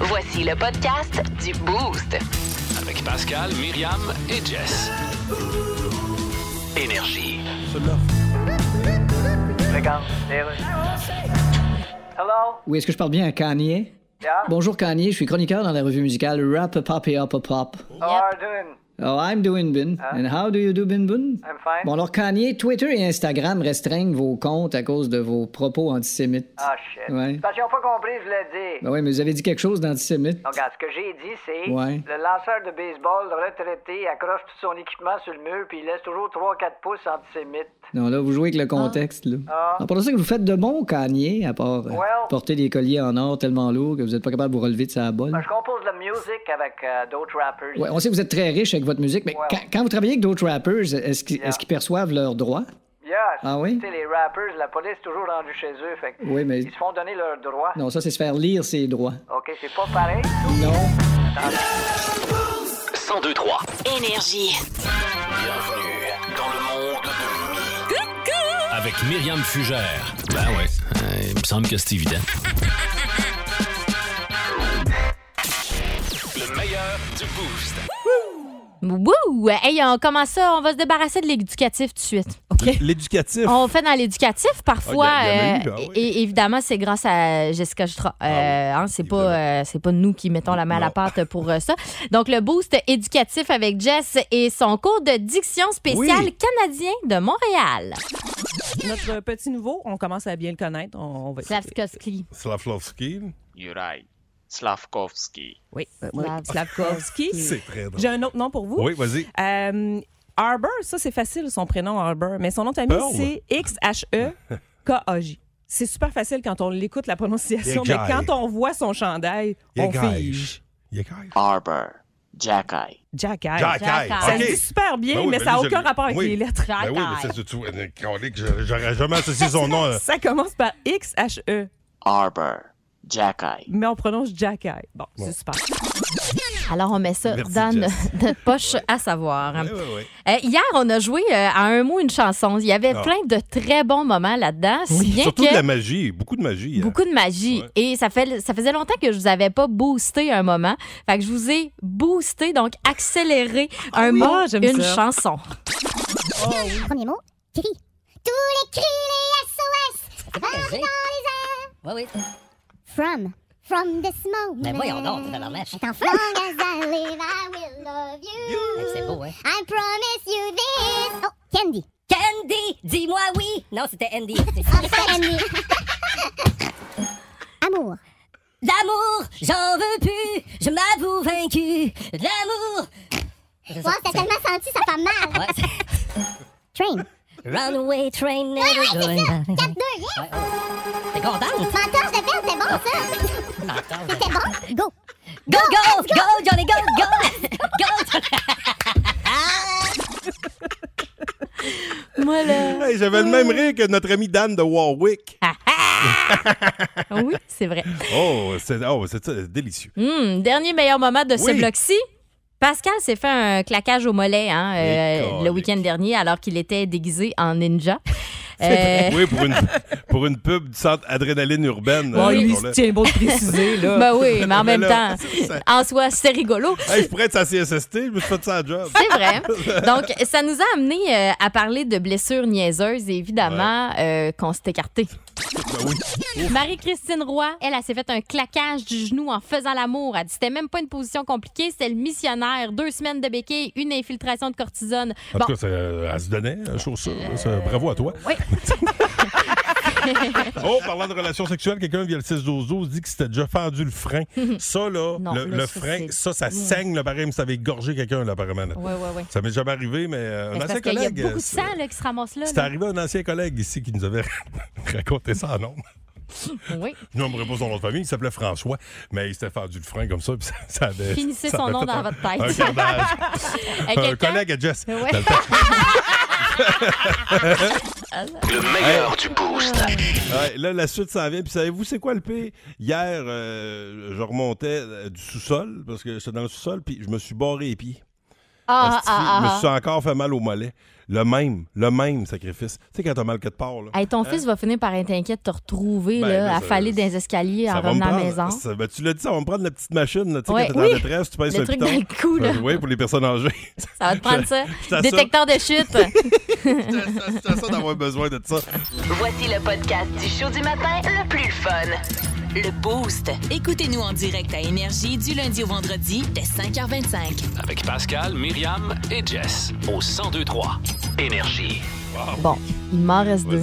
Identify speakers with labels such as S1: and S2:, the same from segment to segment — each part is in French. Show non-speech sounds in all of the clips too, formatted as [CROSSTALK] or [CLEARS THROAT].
S1: Voici le podcast du Boost.
S2: Avec Pascal, Myriam et Jess. Énergie.
S3: Oui, est-ce que je parle bien à Kanye? Bonjour Kanye, je suis chroniqueur dans la revue musicale Rap a Pop et Up a Pop.
S4: How are you doing?
S3: Oh, I'm doing bin.
S4: Hein?
S3: And how do you do bin bin?
S4: I'm fine.
S3: Bon, alors Kanye, Twitter et Instagram restreignent vos comptes à cause de vos propos antisémites.
S4: Ah, shit.
S3: Ouais.
S4: Parce qu'ils n'ont pas compris, je l'ai dit.
S3: Ben oui, mais vous avez dit quelque chose d'antisémite.
S4: Donc, regarde, ce que j'ai dit, c'est
S3: Ouais.
S4: le lanceur de baseball retraité accroche tout son équipement sur le mur puis il laisse toujours 3-4 pouces antisémites.
S3: Non, là, vous jouez avec le contexte, là.
S4: Ah.
S3: En ça que vous faites de bons Kanye, à part euh,
S4: Well.
S3: porter des colliers en or tellement lourds que vous n'êtes pas capable de vous relever de sa bolle.
S4: Ben, je compose de la musique avec euh, d'autres rappers.
S3: Ouais, on sait que vous êtes très riche avec votre musique, mais
S4: Ouais.
S3: quand, quand vous travaillez avec d'autres rappers, est-ce qu'ils
S4: Yeah.
S3: est-ce qu'ils perçoivent leurs droits?
S4: Yes.
S3: Ah oui?
S4: Tu sais, les rappers, la police est toujours rendue chez eux. Fait que
S3: Oui, mais-
S4: Ils se font donner leurs droits.
S3: Non, ça, c'est se faire lire ses droits.
S4: OK, c'est pas pareil.
S3: Non.
S2: 1023.
S1: Énergie.
S2: Bienvenue dans le monde de Mi. Avec Myriam Fugère. Ben ouais, euh, il me semble que c'est évident. Le meilleur du boost.
S5: Wouh! Hey, on commence ça. On va se débarrasser de l'éducatif tout de suite. OK?
S6: L'éducatif.
S5: On fait dans l'éducatif parfois.
S6: Ah, il y en a eu,
S5: euh,
S6: ah oui.
S5: et, évidemment, c'est grâce à Jessica Jutra. Euh,
S6: Ah
S5: hein, c'est
S6: évidemment.
S5: pas euh, c'est pas nous qui mettons la main à la
S6: Non.
S5: pâte pour euh, ça. Donc le boost éducatif avec Jess et son cours de diction spéciale
S6: Oui.
S5: canadien de Montréal.
S7: Notre petit nouveau, on commence à bien le connaître. On, on va
S5: Slavkovski.
S6: Slavlovski.
S8: You're right. Slavkovski.
S7: Oui, euh, oui,
S5: Slav-
S7: Slavkovski.
S6: C'est très drôle.
S7: J'ai un autre nom pour vous.
S6: Oui, vas-y.
S7: Euh, Harbour, ça c'est facile son prénom Harbour, mais son nom de famille
S6: Pearl.
S7: c'est E
S6: [LAUGHS]
S7: X-H-E-K-A-J. C'est super facile quand on l'écoute la prononciation, mais
S6: Yeah, guy.
S7: quand on voit son chandail, on
S6: Yegaïch.
S7: fige.
S6: Yegaïch.
S8: Arbor. Jackeye.
S7: Jack Eye.
S6: Jack
S5: Jack Eye.
S6: Eye.
S7: Ça
S6: OK.
S7: se dit super bien,
S6: Ben oui,
S7: mais
S6: ben
S7: ça n'a
S6: là, je
S7: aucun
S6: l'ai.
S7: rapport avec
S6: Oui.
S7: les lettres.
S5: Jack
S6: Ben oui,
S5: Eye.
S6: mais c'est tout. euh, colique, je- J'aurais jamais associé son nom. euh,
S7: [LAUGHS] Ça commence par X-H-E,
S8: Arbor. Jackeye.
S7: mais on prononce Jack Eye. Bon, c'est super.
S5: Alors on met ça
S6: Merci,
S5: dans
S6: Jess.
S5: notre- [LAUGHS] notre poche à savoir.
S6: Oui, oui, oui.
S5: Euh, hier, on a joué euh, à un mot une chanson. Il y avait
S6: Ah.
S5: plein de très bons moments là-dedans, si bien
S6: Surtout
S5: que
S6: de la magie, beaucoup de magie. hein.
S5: beaucoup de magie.
S6: Ouais.
S5: Et ça, fait, ça faisait longtemps que je vous avais pas boosté un moment. Fait que je vous ai boosté, donc accéléré un
S7: oui.
S5: mot,
S7: Ah, j'aime
S5: une
S7: ça.
S5: chanson.
S9: Premier mot, cri. Tous les cris, les SOS,
S10: Oui, oui.
S9: from, from this moment.
S10: Ben voyons donc, tabarnache.
S9: As long as I live, I will love you.
S10: Hey, c'est beau, hein?
S9: I promise you this. Oh, Candy.
S10: Candy, dis-moi oui. Non, c'était Andy.
S9: Ah, c'est Candy. Amour.
S10: L'amour, j'en veux plus. Je m'avoue vaincu. De L'amour.
S9: Wow, t'as tellement senti, ça fait mal.
S10: Ouais, c'est-
S9: Train.
S10: Runaway train
S9: Ouais,
S10: never
S9: c'est ça.
S10: going back.
S9: 4-2, yes.
S10: T'es contente?
S9: Menteur, je te perds, c'est bon, ça. C'était bon. Go.
S10: Go, go, go, Johnny, go, go. Go, Johnny.
S5: Moi, là.
S6: Hey, J'avais le même rire que notre ami Dan de Warwick.
S5: Ah, ah! oui, c'est vrai.
S6: Oh, c'est oh, c'est ça, c'est [LAUGHS] délicieux.
S5: Hum, dernier meilleur moment de ce
S6: Oui.
S5: bloc-ci. Pascal s'est fait un claquage au mollet hein, euh,
S6: Écolique.
S5: le week-end dernier alors qu'il était déguisé en ninja. Euh,
S6: Oui, pour une, pour une pub du centre Adrénaline Urbaine.
S7: Bon,
S6: euh,
S7: lui,
S6: on l'a-
S7: c'est bon de préciser, là.
S5: Ben oui,
S6: [LAUGHS]
S5: mais en
S6: Mais
S5: même temps,
S6: là, c'est ça.
S5: en soi, c'est rigolo.
S6: Hey, je pourrais être sa CSST, je me suis fait ça à job.
S5: C'est
S6: [LAUGHS]
S5: vrai. Donc, ça nous a amené euh, à parler de blessures niaiseuses et évidemment euh, qu'on s'est écarté.
S6: Ben oui.
S5: Marie-Christine Roy, elle, elle s'est fait un claquage du genou en faisant l'amour. Elle dit c'était même pas une position compliquée, c'est le missionnaire, deux semaines de béquille, une infiltration de cortisone.
S6: En
S5: Bon,
S6: tout cas, c'est, euh, elle se donnait, je trouve ça. ça, bravo à toi.
S5: oui.
S6: Oh, parlant de relations sexuelles, quelqu'un via le 6-12-12 dit que c'était déjà fendu le [LAUGHS] frein. Ça, là,
S5: Non,
S6: le,
S5: là, ça,
S6: le frein,
S5: c'est-
S6: ça, Mm. ça saigne le barème. Ça avait égorgé quelqu'un, là, apparemment. là.
S5: Oui, oui, oui.
S6: Ça m'est jamais arrivé, mais euh, un
S5: C'est
S6: ancien
S5: parce qu'il y a
S6: collègue.
S5: beaucoup de
S6: euh,
S5: sang là, qui se ramasse là.
S6: C'est
S5: là.
S8: [LAUGHS]
S6: arrivé à un ancien collègue ici qui nous avait raconté ça en nombre.
S5: Oui.
S8: Je nommerai pas son nom de famille, il s'appelait François, mais il s'était fendu le frein comme ça, puis ça, ça avait.
S5: Finissez
S8: ça
S5: son
S8: avait
S5: nom
S8: fait
S5: dans
S8: un-
S5: votre tête.
S8: Un,
S5: [LAUGHS]
S8: carnage.
S5: Euh,
S8: Un
S5: quelqu'un-
S8: collègue à Jess.
S5: Ouais.
S8: Dans le
S5: [LAUGHS]
S8: temps.
S11: Le meilleur du boost.
S6: Ouais, là, la suite s'en vient. Puis savez-vous, c'est quoi le pire? Hier, euh, je remontais euh, du sous-sol, parce que j'étais dans le sous-sol, puis je me suis barré les pieds.
S5: Ah,
S6: Asti,
S5: ah,
S6: je me
S5: ah,
S6: suis
S5: ah.
S6: encore fait mal au mollet. Le même, le même sacrifice. Tu sais, quand t'as mal quelque part, là.
S5: Hey, ton
S6: Hein?
S5: fils va finir par être inquiet de te retrouver
S6: Ben,
S5: là,
S6: là, ça-
S5: affalé dans les escaliers en
S6: Ça va me
S5: revenant à la
S6: prendre-
S5: maison.
S6: ça- ben, tu l'as dit, ça va me prendre la petite machine, là, tu sais,
S5: Ouais.
S6: quand t'es
S5: Oui.
S6: en détresse, tu pèses
S5: Le
S6: le,
S5: truc
S6: piton.
S5: dans le cou, là.
S6: Ben, [LAUGHS] oui, pour les personnes âgées. [LAUGHS]
S5: Ça va te prendre ça.
S6: Je t'assure-
S5: Détecteur de
S6: [LAUGHS] je
S5: chute.
S6: t'assure d'avoir besoin de ça.
S1: Voici le podcast du show du matin le plus fun. Le Boost.
S4: Écoutez-nous en direct à Énergie du lundi au vendredi dès 5h25.
S11: Avec Pascal, Myriam et Jess au 1023 Énergie.
S6: Ah.
S5: Bon, il m'en reste deux.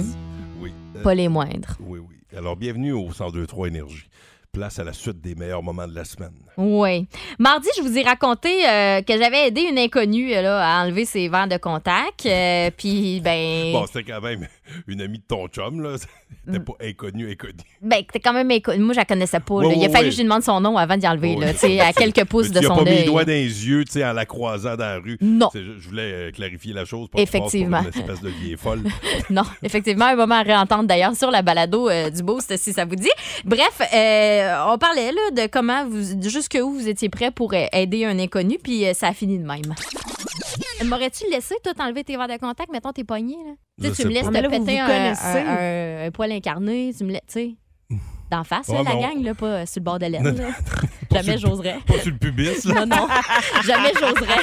S6: Oui. Euh,
S5: Pas les moindres.
S6: Oui, oui. Alors, bienvenue au 1023 Énergie. Place à la suite des meilleurs moments de la semaine.
S5: Oui. Mardi, je vous ai raconté euh, que j'avais aidé une inconnue euh, là, à enlever ses verres de contact. euh, Puis, ben.
S6: Bon, c'était quand même une amie de ton chum, là. [LAUGHS] T'es
S5: Mm.
S6: pas inconnu, inconnu.
S5: Ben, t'es quand même inconnue. Moi, je la connaissais pas.
S6: Ouais,
S5: là. Il a
S6: ouais,
S5: fallu que
S6: ouais.
S5: je lui demande son nom avant d'y enlever, là, tu sais, à
S6: [LAUGHS]
S5: quelques pouces
S6: Mais
S5: de
S6: tu y as
S5: son
S6: pas mis les
S5: œil.
S6: doigts dans les yeux, tu sais, en la croisant dans la rue.
S5: Non.
S6: C'est- Je, je voulais euh, clarifier la chose. pas que tu passes
S5: Effectivement.
S6: Pour une espèce de vieille folle.
S5: Non, effectivement, un moment à réentendre d'ailleurs sur la balado euh, du Boost, si ça vous dit. Bref, euh, on parlait là, de comment vous, jusque où vous étiez prêt pour euh, aider un inconnu, puis euh, ça a fini de même. M'aurais-tu laissé, toi, t'enlever tes verres de contact? Mettons tes poignets, là.
S4: Je
S5: Tu sais, tu
S4: sais
S5: me laisses
S4: pas.
S5: te
S4: Ah, Mais là, vous
S5: péter
S4: vous
S5: un,
S4: connaissez.
S5: un- un- un poil incarné, tu me laisses, tu sais. D'en face, là,
S6: Ouais,
S5: la
S6: mais on-
S5: gang, là, pas euh, sur le bord de l'aile.
S6: Non,
S5: là. [LAUGHS]
S6: Pas
S5: Jamais
S6: sur le-
S5: j'oserais.
S6: Pas sur le pubis,
S5: [LAUGHS]
S6: là.
S5: Non, non. Jamais j'oserais.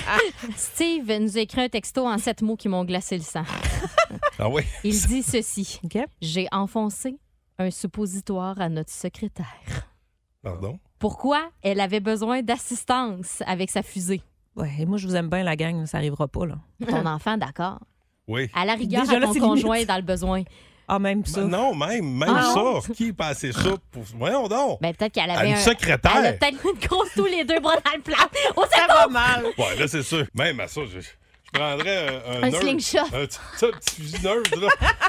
S5: Steve nous a écrit un texto en sept mots qui m'ont glacé le sang.
S6: Ah oui?
S5: Il dit ceci. J'ai enfoncé un suppositoire à notre secrétaire.
S6: Pardon?
S5: Pourquoi elle avait besoin d'assistance avec sa fusée?
S7: Ouais, moi, je vous aime bien, la gang, ça arrivera pas, là. [LAUGHS]
S5: Ton enfant, d'accord.
S6: Oui.
S5: À la rigueur,
S7: Déjà
S5: à
S7: là,
S5: ton
S7: c'est limite.
S5: conjoint est dans le besoin.
S7: Ah, même
S12: Ben
S6: ça. Ben non, même, même
S5: Ah non?
S6: ça. Qui est passé ça pour. Voyons donc.
S5: Ben, peut-être qu'elle avait
S6: À une
S5: un-
S6: secrétaire.
S5: Elle a peut-être une grosse tous les deux bras dans
S7: [LAUGHS]
S5: le plat. Oh,
S7: ça va mal.
S6: Ouais, là, c'est sûr. Même à ça, je, je prendrais euh, un.
S5: Un
S6: nerd.
S5: slingshot.
S6: Un, petit- ça, un petit fusil nerd, là. [LAUGHS]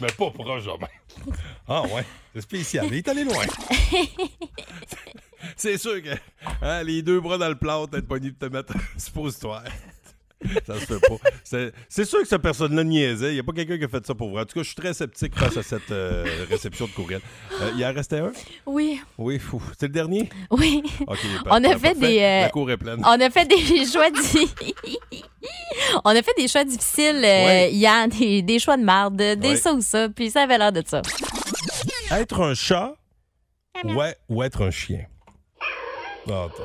S6: Mais pas proche, jamais. Ah, ouais. C'est spécial. Il est allé
S5: [LAUGHS]
S6: loin. C'est sûr que hein, les deux bras dans le plat, t'as pas de te [LAUGHS] mettre un suppositoire. Ça se fait pas. C'est- C'est sûr que cette personne-là niaisait. Il n'y a pas quelqu'un qui a fait ça pour vrai. En tout cas, je suis très sceptique face à cette euh, réception de courriel. Euh, il en restait un?
S5: Oui.
S6: Oui, fou. C'est le dernier?
S5: Oui.
S6: OK,
S5: On a
S6: parfait,
S5: fait
S6: parfait.
S5: des. euh,
S6: La cour est pleine.
S5: On a fait des [LAUGHS] choix di- On a fait des choix difficiles euh, hier, des, des choix de marde, des
S6: Ouais.
S5: ça ou ça, puis ça avait l'air de ça.
S6: Être un chat ou, e- ou être un chien? Ah, attends.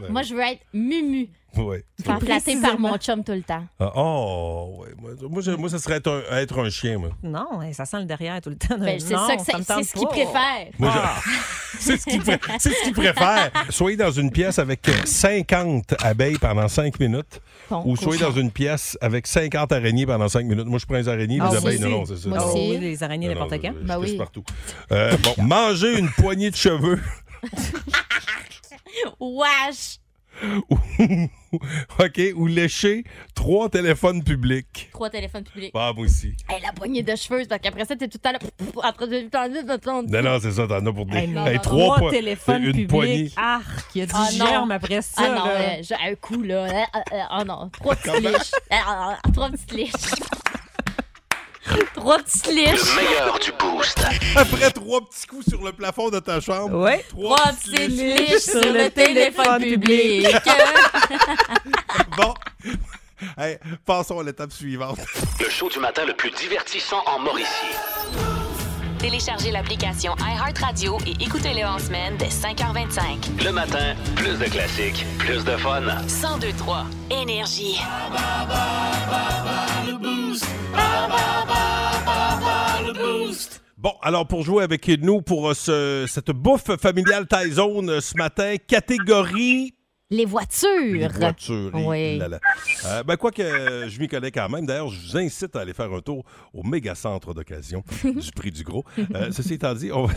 S6: Ben,
S5: Moi, je veux être mumu,
S6: ouais.
S5: faire flatter par mon chum tout le temps.
S6: Ah, oh, ouais. Moi, moi, je- moi, ça serait être un, être un chien, moi.
S7: Non, hey, ça sent le derrière tout le temps.
S5: Ben, c'est ça que c'est- c'est ce qu'il préfère.
S6: Moi,
S7: Ah!
S6: je- [LAUGHS] c'est ce qu'il pré- c'est ce qu'il préfère. Soyez dans une pièce avec euh, 50 abeilles pendant 5 minutes.
S5: Bon,
S6: ou soyez
S5: cochon.
S6: dans une pièce avec 50 araignées pendant 5 minutes. Moi, je prends les araignées,
S7: Ah,
S6: les
S7: moi
S6: abeilles, non,
S7: aussi.
S6: non, c'est ça.
S7: Moi
S6: Non.
S7: aussi. Oh, oui, les araignées,
S6: Non,
S7: n'importe
S6: non,
S7: quand.
S6: je- je
S7: Ben
S6: pisse
S7: oui.
S6: partout. Euh, bon, manger une poignée de cheveux.
S5: Oh, Wesh!
S6: [LAUGHS] OK. Ou lécher trois téléphones publics.
S5: Trois téléphones publics.
S6: Ah, moi aussi.
S5: Hey, la poignée de cheveux, c'est parce qu'après ça, t'es tout le temps là. en train de- t'en- t'en- t'en-
S6: Non, non, c'est ça, t'en as pour des.
S5: non,
S6: Hey,
S5: non,
S6: trois
S7: Trois
S6: po-
S7: téléphones
S6: une
S7: publics. [LAUGHS]
S6: poignée.
S7: Arc, il y a du
S5: Ah, non.
S7: germe après ça.
S5: Ah non,
S7: là.
S5: euh, j'ai un coup, là. Ah, ah, ah, ah, non, trois petites
S7: Quand même.
S5: liches. Ah, ah, ah, trois petites liches. [LAUGHS] trois petites liches.
S11: Le meilleur du boost.
S6: Après trois petits coups sur le plafond de ta chambre.
S7: Ouais.
S6: Trois,
S5: petites liches sur le téléphone public.
S6: bon. [LAUGHS] Hey, passons à l'étape suivante.
S11: Le show du matin le plus divertissant en Mauricie.
S4: Téléchargez l'application iHeartRadio et écoutez-le en semaine dès 5h25.
S11: Le matin, plus de classiques, plus de fun.
S4: 1023 Énergie.
S6: Bon, alors pour jouer avec nous pour euh, ce- cette bouffe familiale Thai Zone euh, ce matin, catégorie
S5: [LAUGHS] Les voitures.
S6: voiture. et
S5: Oui.
S6: là là. Euh, ben, quoi que euh, je m'y connais quand même. D'ailleurs, je vous incite à aller faire un tour au méga centre
S5: [LAUGHS]
S6: d'occasion du prix du gros. Euh, ceci étant dit, on va,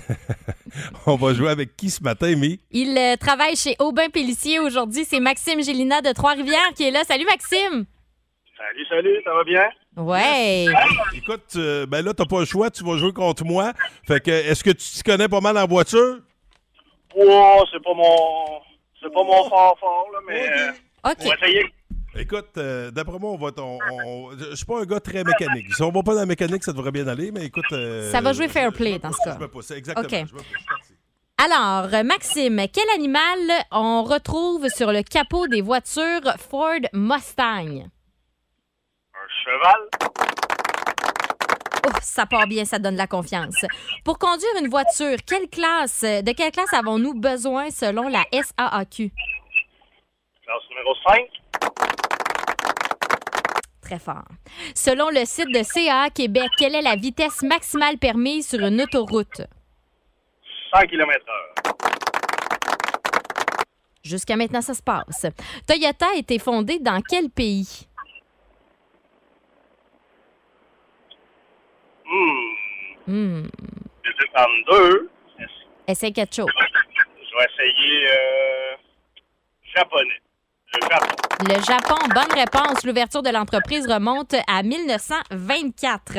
S6: [LAUGHS] on va jouer avec qui ce matin, mais
S5: Il euh, travaille chez Aubin Pellissier aujourd'hui. C'est Maxime Gélina de Trois-Rivières qui est là. Salut, Maxime.
S10: Salut, salut, ça va bien?
S5: Ouais.
S6: Écoute, euh, ben là, t'as pas le choix, tu vas jouer contre moi. Fait que, est-ce que tu t'y connais pas mal en voiture?
S10: Oh, c'est pas mon. C'est pas mon fort fort, là, mais. euh, On va essayer.
S6: Écoute, euh, d'après moi, on va. t- on- on- je suis pas un gars très mécanique. Si on va pas dans la mécanique, ça devrait bien aller, mais écoute. euh,
S5: Ça va jouer fair play dans ce cas.
S6: Je me pousse, exactement.
S5: OK.
S6: Je me pousse.
S5: Alors, euh, Maxime, quel animal on retrouve sur le capot des voitures Ford Mustang?
S10: Un cheval.
S5: Ouf, ça part bien, ça donne la confiance. Pour conduire une voiture, quelle classe, de quelle classe avons-nous besoin selon la SAAQ?
S10: Classe numéro 5.
S5: Très fort. Selon le site de CAA Québec, quelle est la vitesse maximale permise sur une autoroute?
S10: 100 km/h.
S5: Jusqu'à maintenant, ça se passe. Toyota a été fondée dans quel pays?
S10: Hmm.
S5: Hmm.
S10: J'hésite entre deux.
S5: Essaye quelque chose.
S10: Je vais essayer. Euh, japonais. Le Japon.
S5: Le Japon, bonne réponse. L'ouverture de l'entreprise remonte à 1924.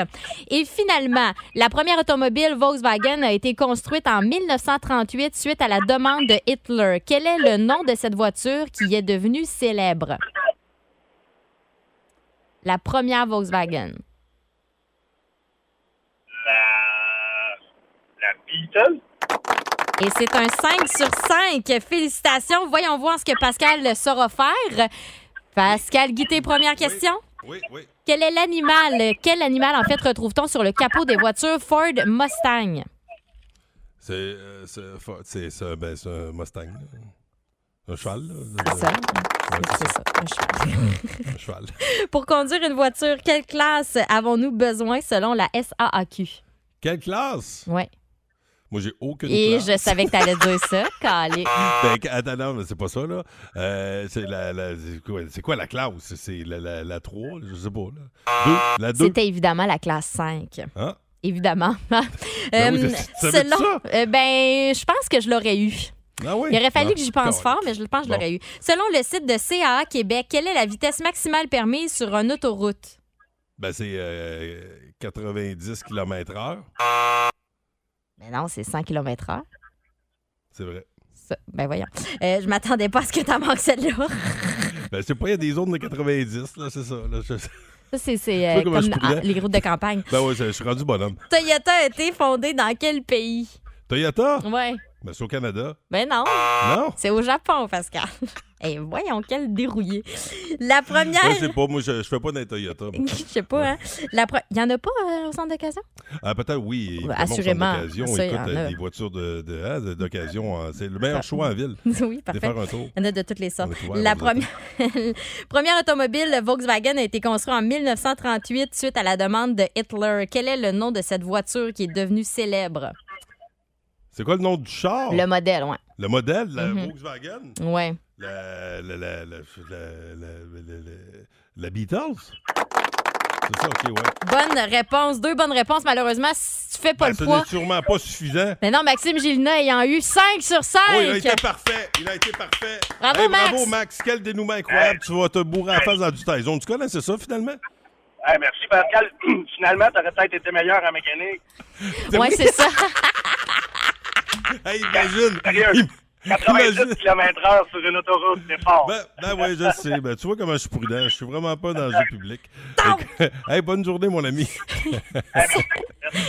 S5: Et finalement, la première automobile Volkswagen a été construite en 1938 suite à la demande de Hitler. Quel est le nom de cette voiture qui est devenue célèbre? La première Volkswagen.
S10: La. La Beatle.
S5: Et c'est un 5 sur 5. Félicitations. Voyons voir ce que Pascal saura faire. Pascal Guité, première question.
S6: Oui, oui.
S5: Quel est l'animal? Quel animal, en fait, retrouve-t-on sur le capot des voitures Ford Mustang?
S6: C'est, euh, c'est, fa- c'est, c'est- ben, c'est un Mustang. là. Un cheval, là.
S5: C'est Ah, ça.
S6: Ouais,
S5: c'est ça. Un
S6: cheval. un cheval. [LAUGHS]
S5: Pour conduire une voiture, quelle classe avons-nous besoin selon la SAAQ?
S6: Quelle classe?
S5: Ouais.
S6: Moi, j'ai aucune
S5: Et
S6: classe.
S5: je savais que t'allais dire [LAUGHS] ça, calé.
S6: Ben, qu- attends, non, mais c'est pas ça, là. Euh, c'est, la, la- c'est, quoi, c'est quoi la classe? C'est la, la, la 3, je sais pas, là. Deux, la 2.
S5: C'était évidemment la classe 5.
S6: Hein?
S5: Évidemment.
S6: Ben oui,
S5: Euh,
S6: tu savais ça?
S5: euh, ben, je pense que je l'aurais eu.
S6: Ah oui?
S5: Il aurait fallu
S6: Ah,
S5: que j'y pense
S6: correct.
S5: fort, mais je pense que je
S6: Bon.
S5: l'aurais eu. Selon le site de CAA Québec, quelle est la vitesse maximale permise sur une autoroute?
S6: Ben, c'est euh, 90 km/h.
S5: Mais non, c'est 100 km/h.
S6: C'est vrai.
S5: Ça, Ben voyons. Euh, je m'attendais pas à ce que t'en manques celle-là.
S6: Ben, c'est pas, il y a des zones de 90, là, c'est ça. Là, je...
S5: Ça, c'est- c'est euh,
S6: Je sais pas comment
S5: comme
S6: je pourrais.
S5: ah, les routes de campagne.
S6: Ben oui, je je suis rendu bonhomme.
S5: [LAUGHS] Toyota a été fondée dans quel pays?
S6: Toyota?
S5: Ouais.
S6: Ben, c'est au Canada.
S5: Ben non.
S6: Non?
S5: C'est au Japon, [LAUGHS] Pascal. Et voyons, quel dérouillé. La
S6: Je
S5: première.
S6: sais pas, moi, je, je fais pas d'un Toyota.
S5: [LAUGHS]
S6: moi.
S5: Je sais pas, hein. La pre- Il y en a pas euh, au centre d'occasion? [LAUGHS]
S6: Ah, peut-être, oui. évidemment,
S5: assurément.
S6: on sort d'occasion.
S5: Ça, il y
S6: Écoute,
S5: en a.
S6: euh, les voitures de- de- hein, de- d'occasion, hein, c'est le meilleur
S5: Ça-
S6: choix en ville.
S5: Oui, parfait.
S6: De faire un tour.
S5: Il y en a de toutes les sortes.
S6: Ah On est ouvert
S5: La
S6: aux
S5: première... [LAUGHS] première automobile Volkswagen a été construite en 1938 suite à la demande de Hitler. Quel est le nom de cette voiture qui est devenue célèbre?
S6: C'est quoi le nom du char?
S5: Le modèle, ouais.
S6: Le modèle, la
S5: Mhm.
S6: Volkswagen?
S5: Ouais.
S6: La, la, la, la, la, la- la- la- la Beatles? C'est ça, OK, ouais.
S5: Bonne réponse. Deux bonnes réponses. Malheureusement, si tu fais pas
S6: Ben,
S5: le
S6: ce
S5: poids.
S6: n'est sûrement pas suffisant.
S5: Mais non, Maxime Gilna ayant eu 5 sur 5.
S6: Oh, il a été parfait. Il a été parfait.
S5: Bravo,
S6: Hey,
S5: Max.
S6: Bravo, Max. Quel dénouement incroyable. Tu vas te bourrer en face dans du taison. Tu connais, c'est ça, finalement?
S10: Hey, merci, Pascal. [CLEARS THROAT] Finalement, t'aurais peut-être été meilleur en mécanique.
S5: Ouais, c'est ça.
S6: hey, imagine.
S10: Sérieux. 90 km/h sur une autoroute, c'est fort.
S6: Ben, ben oui, je sais. Ben, tu vois comment je suis prudent. Je suis vraiment pas dans le jeu public. Fait que- [LAUGHS] hey, bonne journée, mon
S5: [LAUGHS]
S6: ami.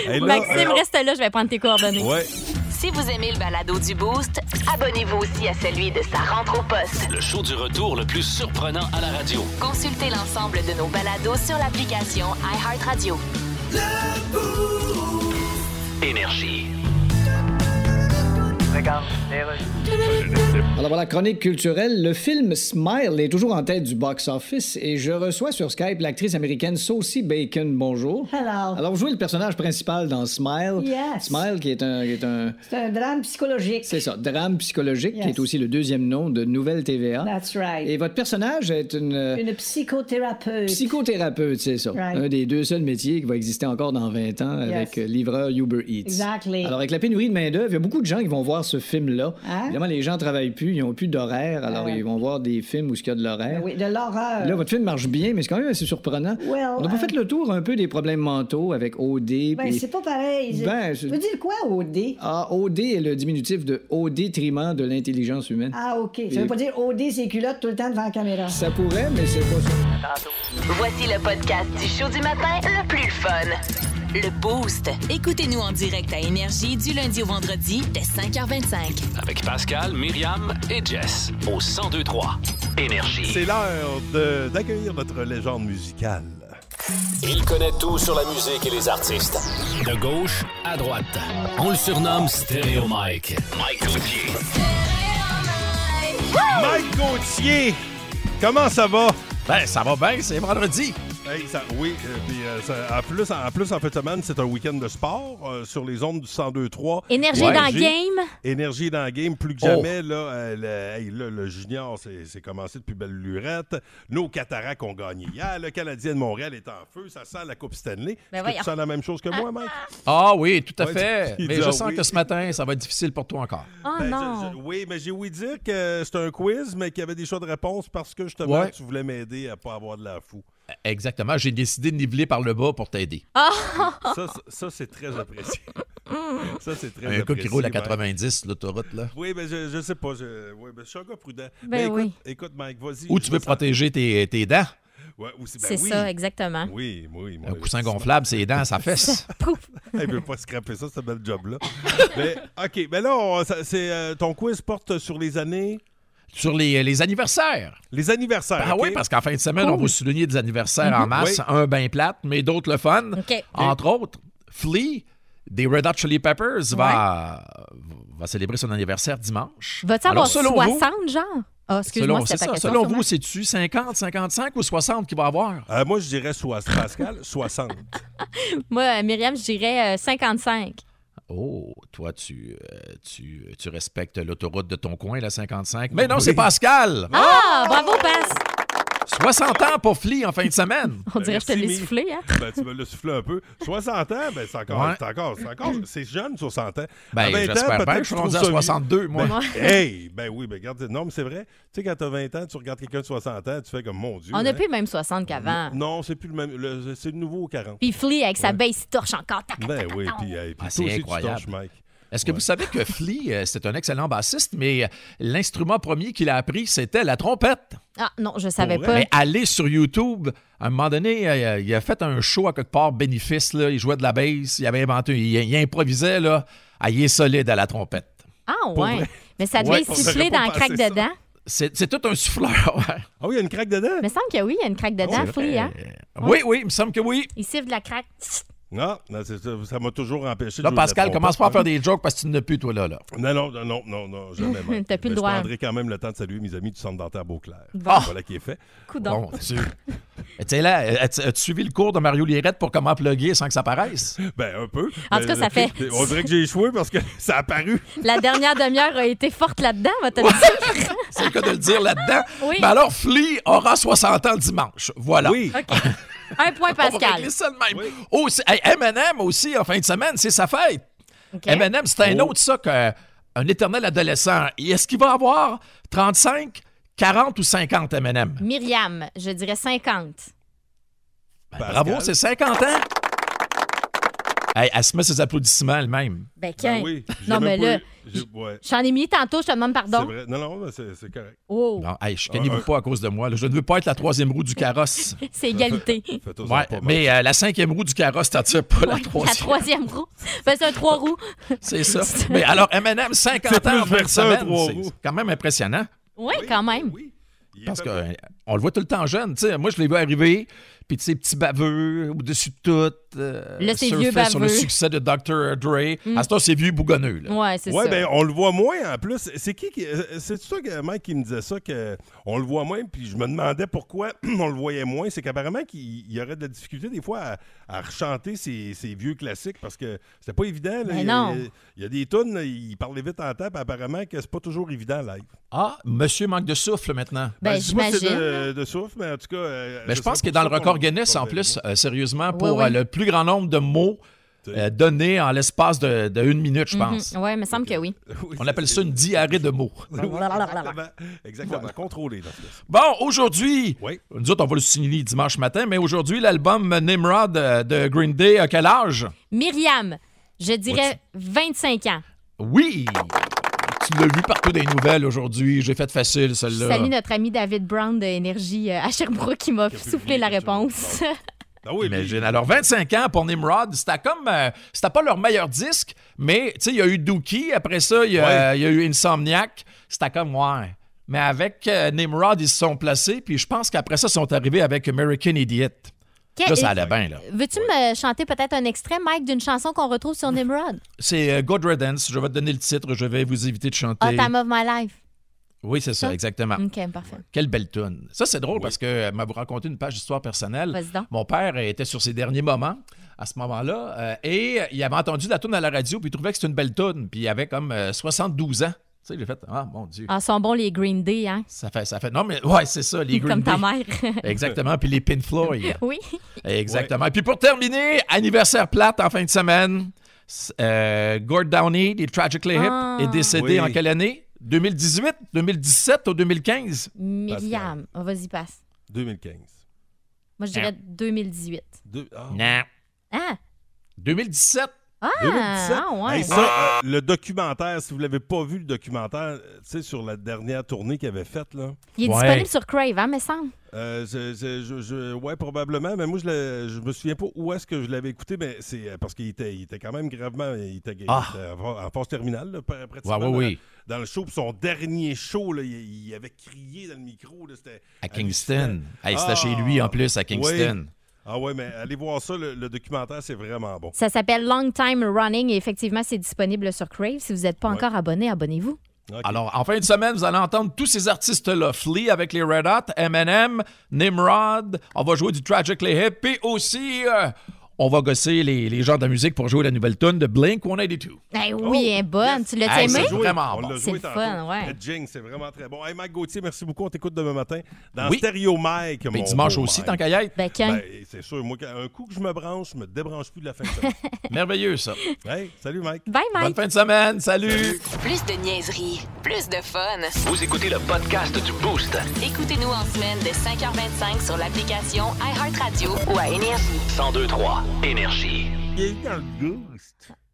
S6: Hey, [LAUGHS] là,
S5: Maxime,
S6: euh,
S5: reste là. Je vais prendre tes coordonnées.
S6: Ouais.
S4: Si vous aimez le balado du Boost,
S1: Abonnez-vous aussi à celui de sa rentre au poste.
S11: Le show du retour le plus surprenant à la radio.
S4: consultez l'ensemble de nos balados sur l'application iHeartRadio.
S11: Énergie.
S13: Regarde, les rues.
S3: Alors voilà, chronique culturelle. Le film Smile est toujours en tête du box-office et je reçois sur Skype l'actrice américaine Saucy Bacon. Bonjour.
S14: Hello.
S3: Alors, vous jouez le personnage principal dans Smile.
S14: Yes.
S3: Smile qui est un. qui est un-
S14: C'est un drame psychologique.
S3: c'est ça, drame psychologique, qui
S14: Yes.
S3: est aussi le deuxième nom de Nouvelle TVA.
S14: That's right.
S3: Et votre personnage est une. euh,
S14: Une psychothérapeute.
S3: Psychothérapeute, c'est ça.
S14: Right.
S3: Un des deux seuls métiers qui va exister encore dans 20 ans
S14: Yes.
S3: avec euh, livreur Uber Eats.
S14: Exactly.
S3: Alors, avec la pénurie de main-d'œuvre, il y a beaucoup de gens qui vont voir ce film-là.
S14: Hein?
S3: Évidemment, les gens travaillent plus, ils n'ont plus d'horaire, alors
S14: ouais.
S3: ils vont voir des films où il y a de l'horaire.
S14: Oui, de l'horreur.
S3: Là, votre film marche bien, mais c'est quand même assez surprenant.
S14: Well,
S3: On n'a pas
S14: euh,
S3: fait le tour un peu des problèmes mentaux avec OD.
S14: Ben,
S3: puis-
S14: c'est pas pareil.
S3: Ben,
S14: je...
S3: je-
S14: veux dire quoi, OD?
S3: Ah, OD est le diminutif de au détriment de l'intelligence humaine.
S14: Ah, OK. Ça
S3: Et-
S14: veut pas dire OD, c'est culotte tout le temps devant la caméra.
S3: Ça pourrait, mais c'est pas ça.
S1: Voici le podcast du show du matin le plus fun.
S4: Le Boost. Écoutez-nous en direct à Énergie du lundi au vendredi dès 5h25.
S11: Avec Pascal, Myriam et Jess au 1023 Énergie.
S6: C'est l'heure de- d'accueillir notre légende musicale.
S11: Il connaît tout sur la musique et les artistes. De gauche à droite. On le surnomme Stéréo Mike. Mike Gauthier.
S6: Mike Gauthier, comment ça va?
S12: Ben, ça va bien, c'est vendredi.
S6: Hey, ça- oui, euh, puis, euh, ça- en, plus, en plus, en fin de semaine, c'est un week-end de sport euh, sur les ondes du 102.3.
S5: Énergie dans le game.
S6: Énergie dans le game, plus que
S5: Oh.
S6: jamais. Là, euh, le, hey, là, le junior, c'est c'est commencé depuis belle lurette. Nos cataractes ont gagné hier. Le Canadien de Montréal est en feu. Ça sent la Coupe Stanley.
S5: Ben
S6: Est-ce que
S5: voyons.
S6: tu sens la même chose que moi, Mike?
S12: Ah oui, tout à
S6: Ouais,
S12: fait.
S6: il
S12: Mais
S6: dit
S12: je
S6: ah
S12: sens
S6: oui.
S12: que ce matin, ça va être difficile pour toi encore.
S5: Oh
S6: Ben,
S5: non.
S6: je- je- oui, mais j'ai ouï dire que c'est un quiz, mais qu'il y avait des choix de réponse parce que justement,
S12: Ouais. E,
S6: tu voulais m'aider à pas avoir de la fou.
S12: Exactement. J'ai décidé de niveler par le bas pour
S5: [LAUGHS]
S12: t'aider.
S5: Ah!
S6: Ça, c'est- ça, c'est très apprécié. ça, c'est très
S12: Un gars qui
S6: apprécié,
S12: roule à
S6: Mike.
S12: 90, l'autoroute, là.
S6: Oui, mais je, je sais pas. Je, oui, ben, je suis un gars prudent.
S5: Ben
S6: mais écoute,
S5: oui.
S6: écoute, Mike, vas-y.
S12: Ou tu veux protéger tes, tes dents.
S6: Ouais, ou c'est ben
S5: C'est
S6: oui.
S5: ça, exactement.
S6: Oui, oui,
S12: Un coussin gonflable, ses dents, sa
S6: [LAUGHS]
S12: fesse.
S6: Elle veut pas scraper ça, ce bel job-là. [LAUGHS] mais, OK, mais là, on- ça- c'est, euh, ton quiz porte sur les années.
S12: Sur les, les anniversaires.
S6: Les anniversaires.
S12: Ah
S6: OK.
S12: oui, parce qu'en fin de semaine, on va souligner des anniversaires en
S6: Mhm.
S12: masse.
S6: Oui.
S12: Un ben plate, mais d'autres le fun.
S6: Ah.
S12: Entre autres, Flea des Red Hot Chili Peppers va, va célébrer son anniversaire dimanche.
S5: Va-tu
S12: Alors,
S5: avoir
S12: selon vous-
S5: 60, genre? Ah, excuse-moi,
S12: selon,
S5: c'était
S12: c'est
S5: ta
S12: ça.
S5: question.
S12: Selon
S5: sûrement.
S12: vous, c'est-tu 50, 55 ou 60 qu'il va avoir?
S6: Euh, moi, je dirais soit Pascal, [LAUGHS] 60.
S5: Moi, euh, Myriam, je dirais euh, 55.
S12: Oh, toi, tu, euh, tu, tu respectes l'autoroute de ton coin, la 55. Mais non, c'est Pascal!
S5: Ah, bravo, Pass!
S12: 60 ans pour Flea en fin de semaine.
S5: On dirait que je te l'ai
S6: merci,
S5: soufflé, hein?
S6: [LAUGHS] Ben, tu me l'as soufflé un peu. 60 ans, ben, c'est encore,
S12: Ouais.
S6: c'est encore, c'est encore, c'est jeune, 60 ans.
S12: Ben,
S6: À 20 ans,
S12: j'espère bien,
S6: peut-être
S12: je suis
S6: tu
S12: rendu
S6: trouves
S12: à
S6: ça
S12: 62,
S6: vieux.
S12: moi.
S6: Ben,
S12: Ouais.
S6: hey, ben oui, ben, regarde, non, mais c'est vrai. Tu sais, quand t'as 20 ans, tu regardes quelqu'un de 60 ans, tu fais comme, mon Dieu.
S5: On
S6: hein.
S5: a plus le même 60 qu'avant.
S12: Mm,
S6: Non, c'est plus le même, le- c'est le nouveau 40.
S5: Puis Flea, avec sa baisse, il torche encore. Tac,
S6: Ben oui, puis, hey, puis toi
S12: Ah, c'est
S6: aussi, tu
S12: incroyable.
S6: torches, Mike.
S12: Est-ce que vous savez que Flea, euh, c'est un excellent bassiste, mais euh, l'instrument premier qu'il a appris, c'était la trompette?
S5: Ah, non, je savais
S12: Pour
S5: pas.
S12: vrai? Mais aller sur YouTube, à un moment donné, euh, il a fait un show à quelque part bénéfice. Là. Il jouait de la bass, il avait inventé, il, il improvisait. Là. Ah, il est solide à la trompette.
S5: Ah,
S12: Pour
S5: ouais.
S12: vrai.
S5: Mais ça
S12: Ouais,
S5: devait
S12: on
S5: siffler
S12: serait pas
S5: dans la craque
S12: passé ça.
S5: dedans.
S12: C'est c'est tout un souffleur. ouais.
S6: Ah oui, il y a une craque dedans?
S5: Il me semble que oui, il y a une craque dedans,
S12: C'est
S5: Flea, hein?
S12: Oui, oui, il me semble que oui.
S5: Il siffle de la craque.
S6: Non, non, c'est ça, ça m'a toujours empêché de
S12: Là,
S6: jouer de la
S12: Pascal,
S6: trompette,
S12: commence pas à
S6: par
S12: faire des jokes parce que tu n'as plus, toi, là. là.
S6: Non, non, non, non, non,
S5: [LAUGHS]
S6: non, jamais. Mike.
S5: T'as plus le
S6: Mais
S5: droit.
S6: Je prendrai quand même le temps de saluer mes amis du centre dentaire Beauclair. Ah.
S5: Bon.
S6: Voilà qui est fait.
S5: Coudon.
S12: Bon, tu Mais tu sais, là, euh, as-tu as-tu suivi le cours de Mario Lirette pour comment plugger sans que ça paraisse?
S6: Ben, un peu.
S5: En tout cas, ça fait-
S6: On dirait que j'ai échoué parce que [LAUGHS] ça a apparu.
S5: La dernière demi-heure a été forte là-dedans, va te le dire.
S12: [LAUGHS] C'est le cas de le dire là-dedans.
S5: Oui.
S12: Ben alors, Flea aura 60 ans dimanche. Voilà.
S6: Oui.
S5: Un point,
S12: On va
S5: Pascal.
S12: régler ça de même. Oh, c'est- hey, M&M aussi, en fin de semaine, c'est sa fête.
S5: OK.
S12: M&M, c'est
S6: Oh.
S12: un autre, ça, qu'un éternel adolescent. Et Est-ce qu'il va avoir 35, 40 ou 50 M&M?
S5: Myriam, je dirais 50.
S12: Ben, bravo, c'est 50 ans. Hey, elle se met ses applaudissements elle-même.
S5: Ben, 15.
S6: Ben oui. j'ai
S5: non, mais
S6: même pas
S5: là,
S6: eu- j'ai- ouais,
S5: j'en ai mis tantôt, je te demande
S6: c'est
S5: pardon.
S6: vrai. Non, non, mais c'est c'est correct.
S5: Oh,
S12: Non, hey, chicanez-vous
S6: Ah, ah.
S12: pas à cause de moi. là. Je ne veux pas être la troisième roue du
S6: [LAUGHS]
S12: carrosse.
S5: c'est égalité.
S6: Fais-toi
S12: Ouais, mais euh, la cinquième roue du carrosse, t'en tires pas [LAUGHS] la
S5: La
S12: troisième.
S5: troisième roue. Ben, c'est un
S12: [LAUGHS]
S5: trois roues.
S12: C'est
S6: [LAUGHS]
S12: ça. Mais alors, M&M, 50 ans
S6: C'est
S12: en
S6: plus
S12: fin de
S6: versant,
S12: semaine,
S6: trois
S12: c'est
S6: roues.
S12: c'est quand même impressionnant.
S5: Oui, quand
S6: Eh
S5: même.
S12: euh, Parce qu'on Ben, le voit tout le temps jeune. tu sais. moi, je les vois arriver, puis tu sais, petits baveux au-dessus de tout. euh,
S5: Là, c'est
S12: surfer
S5: vieux
S12: sur le
S5: baveux.
S12: succès de Dr. Dre.
S5: Mm.
S12: À ce temps, c'est vieux bougonneux. là.
S5: Ouais, c'est
S6: ouais,
S5: ça.
S6: ben, on le voit moins en plus. C'est qui qui. euh, C'est toi, que, Mike, qui me disait ça, que on le voit moins, puis je me demandais pourquoi [CLEARS THROAT] on le voyait moins. C'est qu'apparemment, qu'il il y aurait de la difficulté des fois à, à rechanter ces, ces vieux classiques parce que c'était pas évident. là.
S5: Ben
S6: il, y a-
S5: non.
S6: il y a des tunes, là, ils parlaient vite en temps, puis apparemment que c'est pas toujours évident live.
S12: Ah, monsieur manque de souffle maintenant.
S5: Ben,
S6: je sais pas si c'est
S5: j'imagine.
S6: de, de souffle, mais en tout cas. euh,
S12: Mais je
S6: ce
S12: pense
S6: serait
S12: qu'il est
S6: pour
S12: dans le
S6: ça qu'on-
S12: record Guinness, en plus, euh, sérieusement, pour
S5: oui.
S12: euh, le plus grand nombre de mots euh, donnée en l'espace de, de une minute, je pense.
S5: Mhm. Ouais, me semble que oui.
S12: On appelle ça une diarrhée de mots.
S6: Exactement.
S12: [LAUGHS]
S6: Exactement. Contrôlé dans ce cas-ci.
S12: Bon, aujourd'hui, nous autres, on va le signer dimanche matin, mais aujourd'hui, l'album Nimrod euh, de Green Day a quel âge?
S5: Myriam, je dirais 25 ans.
S12: Oui! Tu l'as vu partout des nouvelles aujourd'hui. J'ai fait facile, celle-là.
S5: Salut notre ami David Brown de Énergie euh, à Sherbrooke qui m'a soufflé la réponse.
S6: Ben
S12: Imagine. Alors, 25 ans pour Nimrod, c'était comme. euh, c'était pas leur meilleur disque, mais tu sais, il y a eu Dookie, après ça, il y, a- il y a eu Insomniac. C'était comme, ouais. Mais avec euh, Nimrod, ils se sont placés, puis je pense qu'après ça, ils sont arrivés avec American Idiot.
S5: Que-
S12: Là, ça allait bien, là.
S5: Veux-tu me chanter peut-être un extrait, Mike, d'une chanson qu'on retrouve sur Nimrod?
S12: [LAUGHS] C'est euh, Good Riddance. Je vais te donner le titre, je vais vous éviter de chanter.
S5: Ah, Time of My Life.
S12: oui, c'est ça, exactement.
S5: OK, parfait.
S12: Quelle belle toune. Ça, c'est drôle parce que euh, m'a vous raconté une page d'histoire personnelle.
S5: Vas-y donc.
S12: Mon père euh, était sur ses derniers moments à ce moment-là euh, et il avait entendu la toune à la radio puis il trouvait que c'était une belle toune. Puis il avait comme euh, 72 ans. Tu sais, j'ai fait Ah, mon Dieu.
S5: Ah, sont bons les Green Day, hein?
S12: Ça fait, ça fait. Non, mais ouais, c'est ça, les Green
S5: [LAUGHS] Comme ta
S12: Day.
S5: mère.
S12: Exactement. Puis les Pin Floyd.
S5: Oui.
S12: Exactement. Et puis pour terminer, anniversaire plate en fin de semaine. S- Euh, Gord Downey, des Tragically Hip,
S5: Ah.
S12: est décédé
S5: Oui.
S12: en quelle année? 2018, 2017 ou 2015?
S5: Myriam, on vas-y, passe.
S6: 2015.
S5: Moi, je dirais
S12: Hein?
S5: 2018.
S6: Deux- ah.
S12: Non.
S5: Ah!
S12: 2017.
S5: Ah!
S6: 2017.
S5: Ah, ouais.
S6: Hey, ça, euh, le documentaire, si vous l'avez pas vu, le documentaire, euh, tu sais, sur la dernière tournée qu'il avait faite, là.
S5: Il est disponible sur Crave, hein, me semble?
S6: Euh, je- je- je- je- ouais, probablement, mais moi, je, l'ai- je me souviens pas où est-ce que je l'avais écouté, mais c'est euh, parce qu'il était, il était quand même gravement, il était, il
S12: Ah.
S6: était en, en phase terminale, là, pr- pratiquement,
S12: Ouais, ouais, oui.
S6: Dans, dans le show. Puis son dernier show, là, il, il avait crié dans le micro, là, c'était...
S12: À Kingston. Hey, c'était
S6: Ah.
S12: chez lui en plus, à Kingston.
S6: Oui. Ah ouais, mais allez voir ça, le, le documentaire, c'est vraiment bon.
S5: Ça s'appelle Long Time Running et effectivement, c'est disponible sur Crave. Si vous n'êtes pas encore abonné, abonnez-vous.
S12: Alors, en fin de semaine, vous allez entendre tous ces artistes-là. Flea avec les Red Hot, Eminem, Nimrod. On va jouer du Tragically Hip et aussi, euh, on va gosser les, les gens de la musique pour jouer la nouvelle tune de Blink 182.
S5: Eh oui, elle est bonne. Tu l'as
S12: Oh, Hey,
S5: aimé?
S12: c'est vraiment
S6: On
S12: bon.
S6: l'a
S5: C'est
S6: joué
S5: le
S6: tantôt.
S5: fun, ouais.
S6: Le Jing, c'est vraiment très bon. Hey, Mike Gauthier, merci beaucoup. On t'écoute demain matin dans
S12: Oui.
S6: Stereo Mike.
S12: Mais
S6: mon
S12: dimanche
S6: beau
S12: aussi,
S6: Mike.
S12: tant qu'à y être.
S5: Ben, quand?
S6: Ben, c'est sûr. Moi, quand- un coup que je me branche, je me débranche plus de la fin de
S5: [LAUGHS]
S6: semaine.
S12: Merveilleux, ça.
S6: hey, salut, Mike.
S5: Bye,
S12: Ben, Bonne fin de semaine. Salut.
S4: Plus de niaiserie, plus de fun.
S11: Vous écoutez le podcast du Boost.
S4: Écoutez-nous en semaine de 5h25 sur l'application iHeartRadio ou à Énergie.
S11: 1023 Énergie.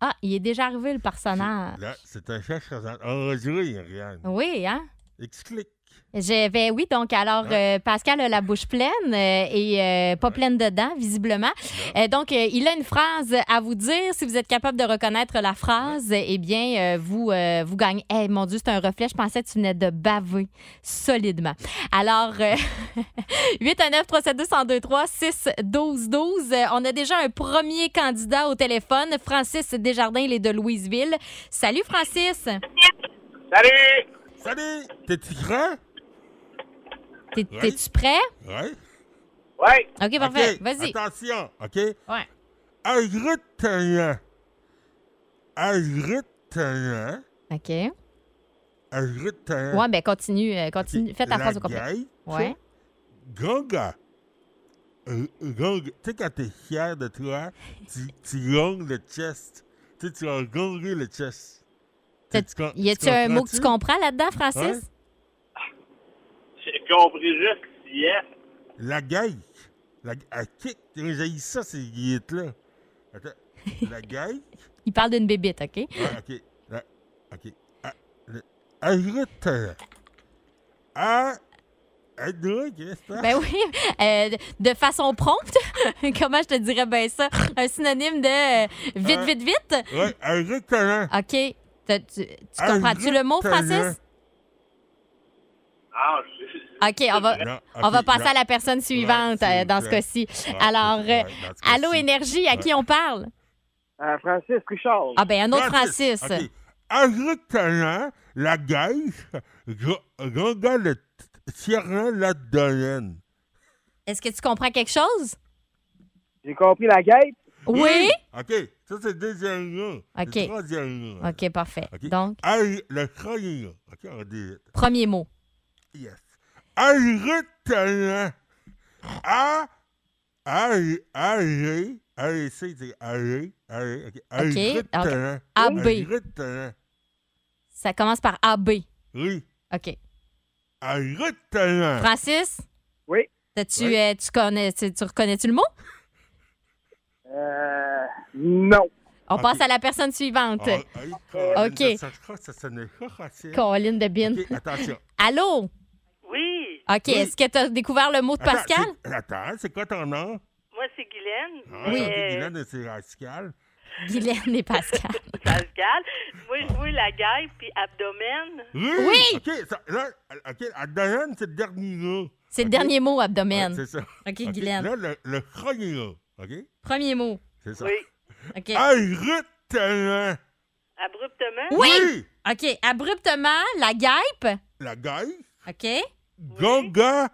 S5: Ah, il est déjà arrivé le personnage.
S6: Là, c'est un chef enregistré, Ariane.
S5: Oui, hein?
S6: Explique.
S5: Je vais, oui, donc alors euh, Pascal a la bouche pleine euh, et euh, pas pleine dedans, visiblement. Euh, donc, euh, il a une phrase à vous dire. Si vous êtes capable de reconnaître la phrase, eh bien, euh, vous, euh, vous gagnez. Eh, mon Dieu, c'est un reflet. Je pensais que tu venais de baver solidement. Alors, euh, [LAUGHS] 819 372 1023 6 12 12 Euh, On a déjà un premier candidat au téléphone, Francis Desjardins, il est de Louisville. Salut, Francis.
S10: Salut!
S6: Salut! T'es-tu grand?
S5: T'es-
S6: Oui.
S5: T'es-tu prêt?
S6: Ouais?
S10: Ouais.
S5: OK, parfait. Vas-y.
S6: Attention, OK? hein.
S5: Ouais.
S6: Agritalien. Agritalien.
S5: OK.
S6: Agritalien.
S5: Ouais, ben continue, euh, continue. Fais ta
S6: la
S5: phrase au complet.
S6: gueule,
S5: Ouais.
S6: Ganga. Euh, ganga. Tu sais, quand t'es fier de toi, tu, tu gongles le chest. Tu sais, tu as gonglé le chest. Tu- tu com-
S5: Y a-tu un mot que tu
S6: comprends-tu?
S5: comprends là-dedans, Francis?
S6: Ouais.
S10: J'ai compris juste yes.
S6: La gueule. La, elle kick. J'ai haï ça, ces guillettes-là. Attends. La gueule.
S5: Il parle d'une bébite, OK?
S6: Ouais, OK. La- OK. Ah, le- Ajoute. Ah. Ajoute, n'est-ce pas?
S5: Ben oui, euh, de façon prompte, [LAUGHS] comment je te dirais bien ça? Un synonyme de euh, vite,
S6: Euh,
S5: vite, vite.
S6: Ouais, exactement.
S5: OK. T'as- Tu, tu comprends-tu le mot, Francis?
S10: Ah,
S5: OK, on va,
S10: Non,
S5: on
S10: ok,
S5: va passer
S10: non.
S5: à la personne suivante euh, dans ce
S10: plaît.
S5: cas-ci.
S10: Ouais,
S5: Alors,
S10: ouais,
S5: euh,
S10: dans ce
S5: Allô Énergie, à qui on parle?
S10: Euh, Francis Richard.
S5: Ah, ben, un autre Francis.
S6: OK. Exactement. La gueule. Ganga le tyran la donne.
S5: Est-ce que tu comprends quelque chose?
S10: J'ai compris la guêpe.
S5: Oui?
S6: OK. Ça, c'est le deuxième rang.
S5: OK.
S6: Le troisième rang.
S5: OK, parfait. Donc,
S6: Al- Le troisième rang. OK, on dit.
S5: premier mot.
S6: Yes. Exactement. A. A. A. A. A. A. c'est A. Un,
S5: OK. donc, AB. Ça commence par AB.
S6: Oui.
S5: OK. [LAUGHS] Francis?
S10: Oui.
S5: Tu, euh, tu, connais, tu, tu reconnais-tu le mot?
S10: Euh, non.
S5: On passe à la personne suivante.
S6: Ah.
S5: OK. Colline de Bin.
S6: attention.
S5: Allô?
S15: Oui.
S5: OK.
S6: Oui.
S5: Est-ce que tu as découvert le mot de
S6: Attends,
S5: Pascal?
S6: c'est- Attends, c'est quoi ton nom?
S15: Moi, c'est Guylaine.
S6: Ah,
S15: mais-
S6: c'est Dylan de ses rascals.
S5: Guylaine et
S6: [LAUGHS]
S5: Pascal.
S15: Pascal. Moi, je vois la guêpe puis abdomen.
S6: OK, ça- là, OK, Adnan, c'est le dernier mot.
S5: C'est le dernier mot, abdomen.
S6: C'est ça.
S5: OK, Guylaine.
S6: Là, le, le premier mot, OK?
S5: Premier mot.
S6: C'est ça.
S5: OK.
S6: Un rutin.
S15: Abruptement.
S5: Oui! OK. Abruptement, la guêpe.
S6: La gueule.
S5: OK.
S6: Gonga.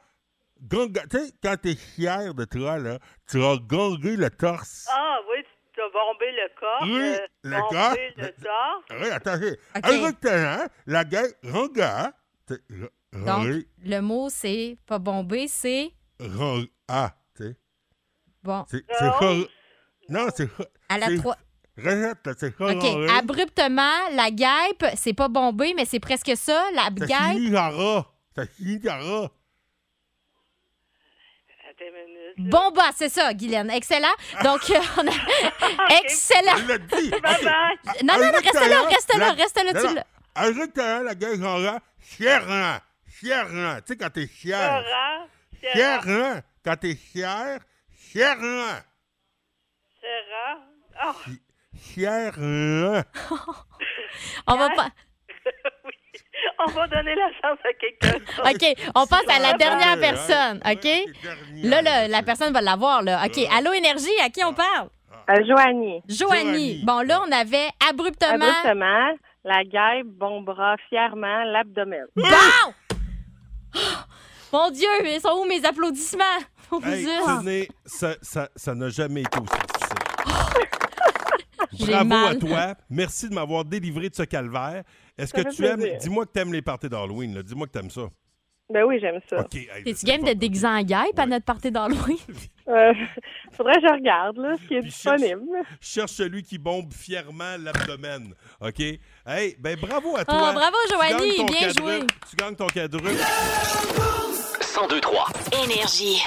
S6: Gonga. Tu sais, quand t'es fier de toi, là, tu vas gonguer le torse.
S15: Ah, oui, tu as bombé le corps.
S6: Oui,
S15: euh,
S6: le
S15: bombé
S6: corps.
S15: le torse.
S6: Oui, attendez. Un rutin, la gueule. Gonga. Tu sais, r-
S5: Donc,
S6: r-
S5: le mot, c'est pas bombé, c'est
S6: r- Ah, tu sais.
S5: bon.
S6: C'est c'est hor- Non, c'est. hor-
S5: À la
S6: c'est-
S5: trois-
S6: Rejette, là, c'est
S5: OK.
S6: horroré.
S5: Abruptement, la guêpe, c'est pas bombé, mais c'est presque ça. La
S6: Ça
S5: guêpe.
S6: finit Lara. Ça finit Lara.
S15: Attends une minute.
S5: Bon bah, c'est ça, Guylaine. Excellent. Donc, euh,
S15: [LAUGHS]
S5: on a... excellent. [LAUGHS] Non, non, non, reste là, reste là, reste là, tu l'as.
S6: Un rutin, la gueule genre, chérant, chérant. Tu sais, quand t'es fier.
S15: Serrant. Serrant.
S6: Chérant. Quand t'es fier, chérant.
S15: Serrant.
S5: Oh.
S15: Ah,
S6: Chérant.
S5: On va
S15: [LAUGHS]
S5: pas.
S15: on va donner la chance à quelqu'un.
S5: OK, on passe à la
S15: Serrant.
S5: dernière personne, OK? Là, là, la personne va l'avoir, là. OK, Allô Énergie, à qui on parle?
S16: Euh, Joanie.
S5: Joanie. Bon, là, on avait abruptement...
S16: Abruptement, la guêpe bombera fièrement l'abdomen.
S5: [GASPS] Bon! Oh, Mon Dieu, ils sont où mes applaudissements? Mon
S6: Hey,
S5: Dieu.
S6: Sidney, ça, ça, ça n'a jamais été aussi difficile.
S5: J'ai
S6: Bravo à
S5: mal.
S6: toi. Merci de m'avoir délivré de ce calvaire. Est-ce
S16: Ça
S6: que
S16: fait
S6: tu aimes.
S16: plaisir.
S6: Dis-moi que tu aimes les parties d'Halloween. là. Dis-moi que tu aimes ça.
S16: Ben oui, j'aime ça.
S6: OK. hey,
S5: T'es-tu game de déguiser en guêpe à notre party d'Halloween?
S16: Euh, faudrait que je regarde là, ce qui est disponible.
S6: je cherche celui qui bombe fièrement l'abdomen. OK? Hey, ben bravo à
S16: Oh,
S6: toi.
S16: bravo,
S6: Tu gagnes
S16: Joanie,
S6: ton
S16: bien
S6: quadruple.
S16: joué.
S6: Tu gagnes ton quadruple.
S11: 1023.
S4: Énergie.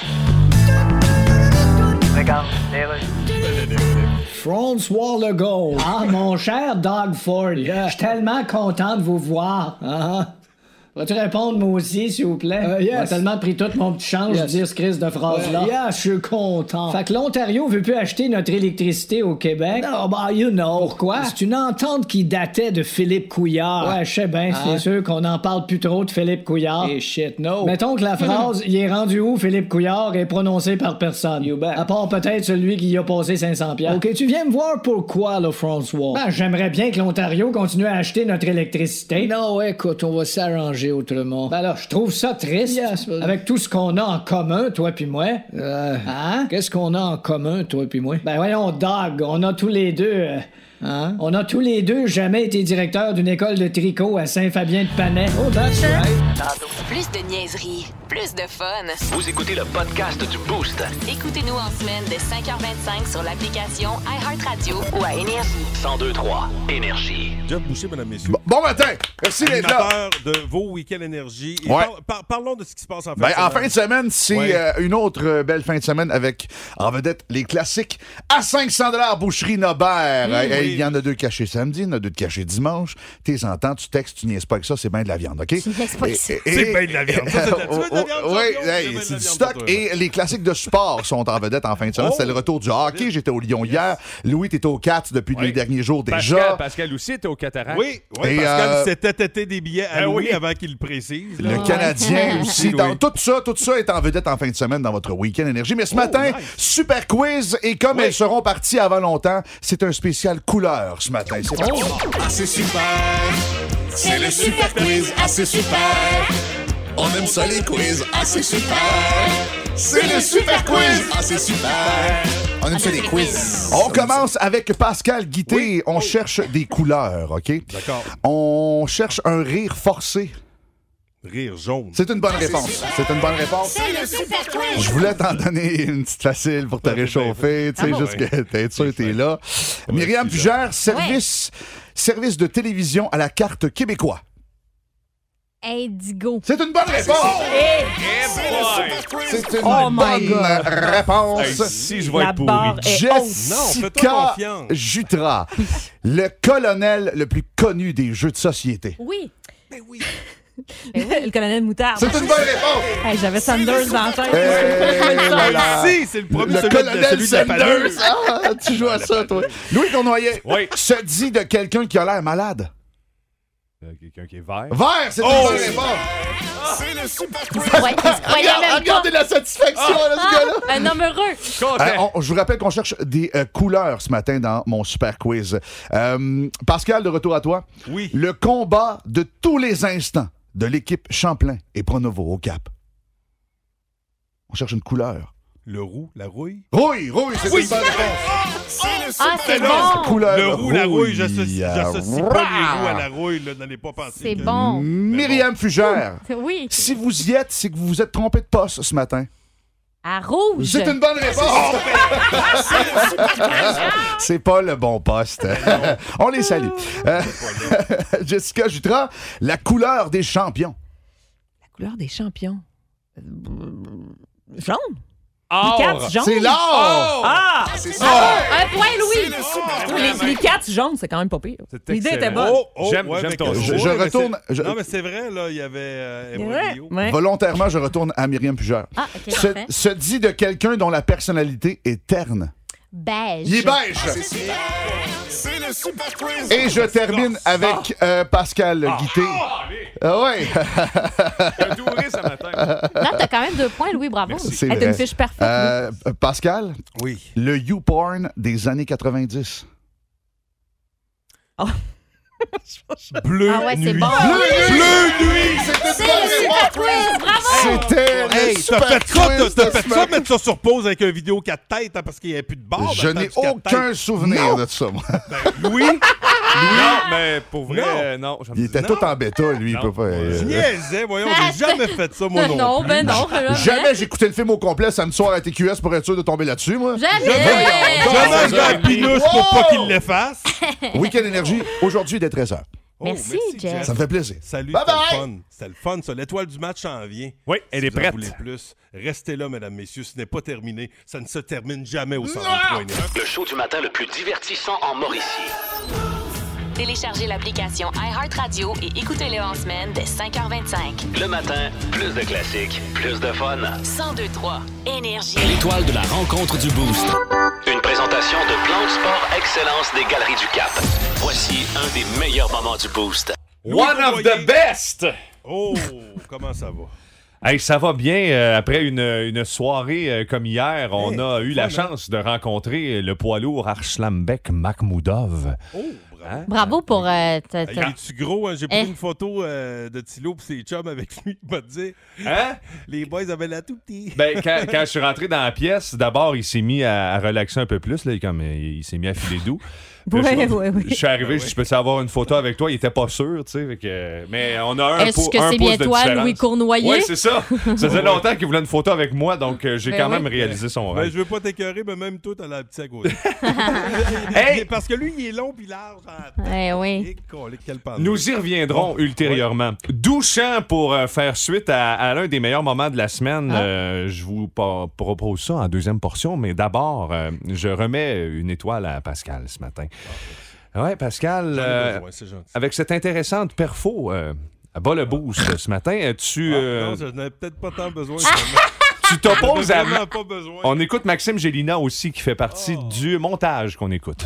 S3: François Legault.
S14: Ah, mon cher Doug Ford, je suis tellement content de vous voir.
S3: Ah, Vas-tu répondre, moi aussi, s'il vous plaît?
S14: Euh, yes.
S3: J'ai tellement pris tout mon petit change
S14: Yes.
S3: de dire ce crise de phrase-là.
S14: Euh,
S3: je suis content.
S14: Fait
S3: que l'Ontario veut plus acheter notre électricité au Québec. Non, bah, you know. Pourquoi? C'est une entente qui datait de Philippe Couillard. Ouais, je sais bien,
S14: Hein?
S3: c'est sûr qu'on en parle plus trop de Philippe Couillard.
S14: Eh,
S3: shit, no. Mettons que la phrase « Il est rendu où, Philippe Couillard » est prononcée par personne. À part peut-être celui qui y a passé 500 piastres. OK, tu viens me voir pourquoi, là, François? Ben, j'aimerais bien que l'Ontario continue à acheter notre électricité. Non, écoute, on va s'arranger autrement. Ben là, je trouve ça triste. Avec tout ce qu'on a en commun, toi puis moi. Hein? Qu'est-ce qu'on a en commun, toi puis moi? Ben voyons, Dog, on a tous les deux... euh, On a tous les deux jamais été directeur d'une école de tricot à Saint-Fabien-de-Panay. Oh, that's
S4: Plus de niaiserie, plus de fun.
S11: Vous écoutez le podcast du Boost.
S4: Écoutez-nous en semaine de 5h25 sur l'application iHeartRadio ou à Énergie.
S11: 1023. Énergie.
S6: Jeff Boucher, mesdames, messieurs.
S17: Bon matin! Merci d'être là.
S6: Animateur de vos week-ends énergie. Et
S17: Ouais.
S6: par- par- parlons de ce qui se passe en fin
S17: Ben,
S6: de semaine.
S17: en fin de semaine, c'est
S6: Ouais.
S17: euh, une autre euh, belle fin de semaine avec en vedette les classiques à 500 Boucherie Nobert.
S6: Mm,
S17: Euh, hey, Il
S6: oui.
S17: y en a deux de cachés samedi, il y en a deux de cachés dimanche. T'es en temps, tu textes, tu niaises pas que ça, c'est bien de la viande, OK?
S6: pas que ça. [LAUGHS] C'est bien de la viande. Ça, c'est de la- tu veux de la viande,
S17: Oui,
S6: champion?
S17: hey,
S6: C'est bien de
S17: c'est
S6: la
S17: du
S6: viande
S17: stock
S6: pour toi,
S17: et les classiques de sport sont en vedette en fin de semaine.
S6: Oh.
S17: C'était le retour du hockey. J'étais au Lyon hier. Louis, t'étais au 4 depuis [LAUGHS] les derniers jours déjà.
S2: Pascal, Pascal aussi était au cataract.
S6: Oui,
S17: Hein?
S6: oui,
S17: Et,
S6: Pascal
S17: euh,
S6: s'était têté des billets à
S2: Ben
S6: Louis
S2: oui.
S6: avant qu'il le précise. là. Ah,
S17: Le Canadien
S5: [LAUGHS]
S17: aussi.
S6: Oui.
S17: Dans- tout ça, tout ça est en vedette en fin de semaine dans votre week-end énergie.
S6: Oh,
S17: Mais ce matin, super quiz et comme elles seront parties avant longtemps, c'est un spécial couleur ce matin. C'est parti.
S11: Ah, c'est super. C'est le super quiz. Ah, c'est super. On aime ça les quiz. Ah, c'est super. C'est le super quiz. Ah, c'est super.
S17: On aime ça les quiz. On commence avec Pascal Guité. On cherche des couleurs, OK?
S6: D'accord.
S17: On cherche un rire forcé.
S6: Rire jaune.
S17: C'est une bonne réponse. C'est une bonne réponse.
S11: C'est le super quiz.
S17: Je voulais t'en donner une petite facile pour te réchauffer, tu sais,
S11: Ah bon?
S17: juste que t'es sûr, t'es là. Myriam Fugère, service, service de télévision à la carte québécois.
S5: Indigo.
S17: C'est une bonne réponse!
S5: Eh,
S17: C'est une
S5: Oh
S17: bonne
S5: my God.
S17: réponse.
S11: Hey, si je vais La être pourri. barre est haute. Non, fais-toi
S17: Jessica
S11: confiance.
S17: Jutra, le colonel le plus connu des jeux de société.
S7: Oui. Ben oui. le colonel Moutarde.
S17: C'est une bonne réponse. Eh,
S7: Hey, J'avais Sanders dans la tête.
S6: Si, c'est le premier,
S17: Le
S6: celui de-
S17: colonel
S6: celui de la
S17: Sanders.
S6: paleuse.
S17: Ah, tu joues à ça, toi. Louis Cournoyer se dit de quelqu'un qui a l'air malade.
S6: Euh, Quelqu'un qui est vert.
S17: Vert, c'est une
S6: Oh!
S17: bonne réponse.
S11: C'est le super
S5: Ouais, il se croyait même
S17: Regarde-
S5: pas. Ah, ben,
S17: regardez la satisfaction, là, ce gars-là.
S5: Un homme heureux.
S17: Euh, on- je vous rappelle qu'on cherche des euh, couleurs ce matin dans mon super quiz. Euh, Pascal, de retour à toi.
S6: Oui.
S17: Le combat de tous les instants de l'équipe Champlain et Pronovo au Cap. On cherche une couleur.
S6: Le roux, la rouille.
S17: Rouille, rouille, c'est
S11: Oui.
S17: une bonne réponse.
S11: Ah, c'est bon.
S17: Couleur
S6: Le roux, la rouille,
S17: rouille,
S6: j'associe
S17: euh,
S6: j'associe
S17: rah.
S6: pas les roues à la rouille, là, n'allez pas penser.
S5: C'est
S6: que-
S5: bon.
S17: Myriam Fugère.
S5: Oui.
S17: Ben Si vous y êtes, c'est que vous vous êtes trompé de poste ce matin.
S5: À rouge.
S17: C'est une bonne
S11: Ah,
S17: réponse. C'est pas le bon poste. On les salue. Euh, Jessica Jutra, la couleur des champions.
S7: La couleur des champions. Euh, Jaune.
S17: Or.
S7: Les quatre jaunes.
S17: C'est l'or. Or.
S7: Ah!
S11: c'est ça.
S7: Ah! Un point,
S11: C'est
S7: Louis.
S11: le super
S7: Oh, les-
S11: quiz.
S7: Les quatre jaunes, c'est quand même pas pire. L'idée était bonne.
S6: Oh, oh,
S11: J'aime-
S6: ouais,
S11: j'aime
S6: mais
S11: ton
S6: que-
S17: jeu.
S6: ouais,
S17: Je
S6: mais
S17: retourne-
S6: c'est-
S17: je-
S6: Non, mais c'est vrai, là, il y avait.
S17: Eh
S6: euh,
S7: C'est
S6: Ewa
S7: vrai,
S6: Guillaume.
S7: ouais.
S17: Volontairement, je retourne à Myriam Pugère.
S5: Ah, ok,
S17: se,
S5: parfait.
S17: se dit de quelqu'un dont la personnalité est terne.
S5: Beige.
S17: Il est beige.
S11: Ah, C'est le super quiz.
S17: Et je termine avec euh, Pascal
S11: Ah.
S17: Guité. Ah
S5: [LAUGHS]
S17: ouais.
S5: Non, t'as quand même deux points, Louis, bravo.
S17: C'est
S5: Hey,
S17: vrai.
S5: T'as une fiche parfaite.
S17: Euh, Pascal,
S6: oui.
S17: le YouPorn des années 90.
S6: Bleu
S5: Ah ouais, c'est
S6: nuit.
S5: bon.
S6: Bleu, bleu nuit.
S11: C'est
S5: le super quiz, bravo!
S17: C'était le
S6: Hey, t'as
S17: super
S6: fait ça,
S17: quiz
S6: t'as
S17: de
S6: fait
S17: ce
S6: ça,
S17: matin.
S6: mettre ça sur pause avec un vidéo 4 têtes hein, parce qu'il n'y avait plus de barbe.
S17: Je n'ai aucun souvenir de ça, moi.
S6: Oui,
S11: Non, mais pour vrai,
S6: Non.
S11: euh, non. j'en
S17: Il
S11: dis-
S17: était
S6: Non.
S17: tout en bêta, lui. il peut pas.
S6: je
S17: euh,
S6: niaisais, voyons, j'ai jamais fait ça, moi non.
S5: Non,
S6: plus.
S5: ben non. là,
S7: Hein?
S17: Jamais j'ai écouté le film au complet samedi soir à TQS pour être sûr de tomber
S7: [LAUGHS]
S17: là-dessus, moi.
S5: Jamais!
S6: J'en ai la pinouche pour pas qu'il l'efface.
S17: Week-end Énergie, aujourd'hui, dès 13h.
S6: Oh,
S5: Merci, Jeff.
S17: Ça me fait plaisir.
S6: Salut,
S17: Bye
S6: c'était
S17: bye.
S6: le fun. C'était le fun, ça. L'étoile du match en vient.
S11: Oui, elle
S6: Si
S11: est
S6: vous en
S11: prête.
S6: voulez plus, restez là, mesdames, messieurs. Ce n'est pas terminé. Ça ne se termine jamais au 123 énergie.
S2: Le show du matin le plus divertissant en Mauricie.
S4: Téléchargez l'application iHeartRadio et écoutez-le en semaine dès 5h25.
S2: Le matin, plus de classiques, plus de fun.
S4: 1023 Énergie.
S2: L'étoile de la rencontre du Boost. Une présentation de Plan de Sport Excellence des Galeries du Cap. Voici un des meilleurs moments du Boost.
S11: One of the best.
S6: Oh, comment
S11: [LAUGHS]
S6: ça va?
S11: Hey, ça va bien. euh, après une, une soirée euh, comme hier, on a eu la chance de rencontrer le poids lourd Arslambek Makhmoudov.
S6: Oh, bravo.
S5: Bravo pour. euh, ta-
S6: Hey,
S5: ta-
S6: Il est-tu gros? hein? J'ai pris
S5: Eh.
S6: une photo euh, de Tilo et ses chums avec lui. Il m'a dit
S11: Hein?
S6: [LAUGHS] Les boys avaient la tout petit.
S11: Ben, quand, quand je suis rentré dans la pièce, d'abord, il s'est mis à, à relaxer un peu plus. Là, comme, euh, il s'est mis à filer doux. Puis là,
S7: Ouais,
S11: je,
S7: ouais, ouais.
S11: je suis arrivé, je peux avoir une photo avec toi. Il était pas sûr, tu sais. fait que- mais on a un,
S5: Est-ce
S11: pou-
S5: que
S11: un
S5: c'est
S11: pouce
S5: bien
S11: de
S5: toi,
S11: différence.
S5: Louis Cournoyer?
S11: Oui, c'est ça. Ça
S5: [LAUGHS]
S11: faisait longtemps qu'il voulait une photo avec moi, donc euh, j'ai
S5: Ben
S11: quand
S5: oui.
S11: même réalisé son
S6: Ben,
S11: rêve.
S6: je veux pas t'écœurer, mais même toi, t'as la petite
S11: [LAUGHS]
S6: à côté.
S11: Hey!
S6: Parce que lui, il est long puis large. en-
S5: Eh oui.
S6: Eh, colique, quel parle.
S11: Nous y reviendrons ultérieurement. Douchant pour euh, faire suite à, à l'un des meilleurs moments de la semaine.
S6: Ah.
S11: Euh, je vous pa- propose ça en deuxième portion, mais d'abord, euh, je remets une étoile à Pascal ce matin.
S6: Ah,
S11: Ouais, Pascal,
S6: J'en ai
S11: euh,
S6: besoin, c'est gentil.
S11: avec cette intéressante perfo euh, à bas le boost ce matin, euh, tu
S6: Ah,
S11: euh, Ah!
S6: Non, je n'avais peut-être pas tant besoin. finalement.
S11: [LAUGHS] tu t'opposes
S6: J'en ai
S11: à.
S6: vraiment pas besoin.
S11: On écoute Maxime Gélina aussi, qui fait partie du montage qu'on écoute.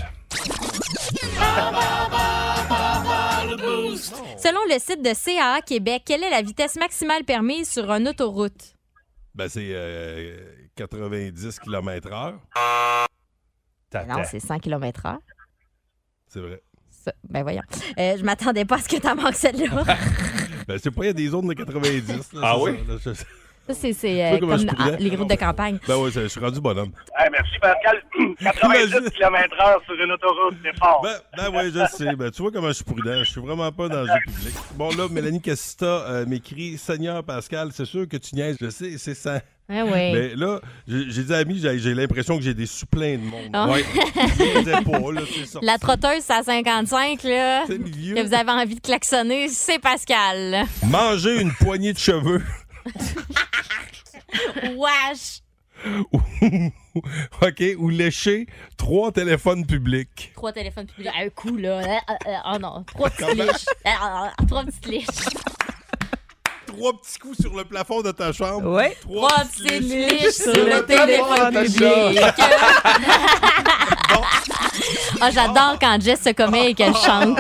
S5: Selon le site de CAA Québec, quelle est la vitesse maximale permise sur une autoroute?
S6: Ben, c'est euh, 90 km/h.
S5: Ben Non, c'est 100 km/h.
S6: C'est vrai.
S5: Ça- Ben voyons. Euh, je m'attendais pas à ce que t'en manques celle-là.
S6: Ben, je sais pas, il y a des zones de 90. là,
S11: Ah
S6: c'est
S11: oui?
S6: ça, là, je-
S5: [LAUGHS] Ça, c'est- c'est
S6: Tu
S5: euh,
S6: vois comment
S5: comme
S6: je
S5: dans-
S6: brûlais?
S5: les groupes de [LAUGHS] campagne.
S6: Ben oui, je suis rendu bonhomme.
S10: Hey, merci Pascal. [CLEARS THROAT] 90 km/h sur une autoroute, c'est fort.
S6: Ben oui, je sais. Ben, tu vois comment je suis prudent. Je suis vraiment pas dans le jeu public. Bon, là, Mélanie Cassita euh, m'écrit Seigneur Pascal, c'est sûr que tu niaises, je sais, c'est ça.
S5: Ah oui.
S11: Ben,
S6: Mais là, j'ai j'ai dit à Ami, j'ai j'ai l'impression que j'ai des supplins de monde.
S5: [LAUGHS] Ah.
S6: Ouais. Je les ai pas, là, c'est sorti.
S5: La trotteuse, c'est à 55, là. Que vous avez envie de klaxonner, c'est Pascal.
S6: Manger une poignée de cheveux.
S5: [LAUGHS]
S6: [LAUGHS]
S5: Wesh!
S6: OK. Ou lécher trois téléphones publics.
S5: Trois téléphones publics à un coup, là. [LAUGHS] Ah, ah, ah, Oh non, trois petites liches. Ah, ah, ah, Trois petites liches.
S6: Trois petits coups sur le plafond de ta chambre.
S7: Ouais.
S6: Trois,
S5: petites liches sur le téléphone public. [LAUGHS] Ah, j'adore quand Jess se commet [LAUGHS] et qu'elle chante.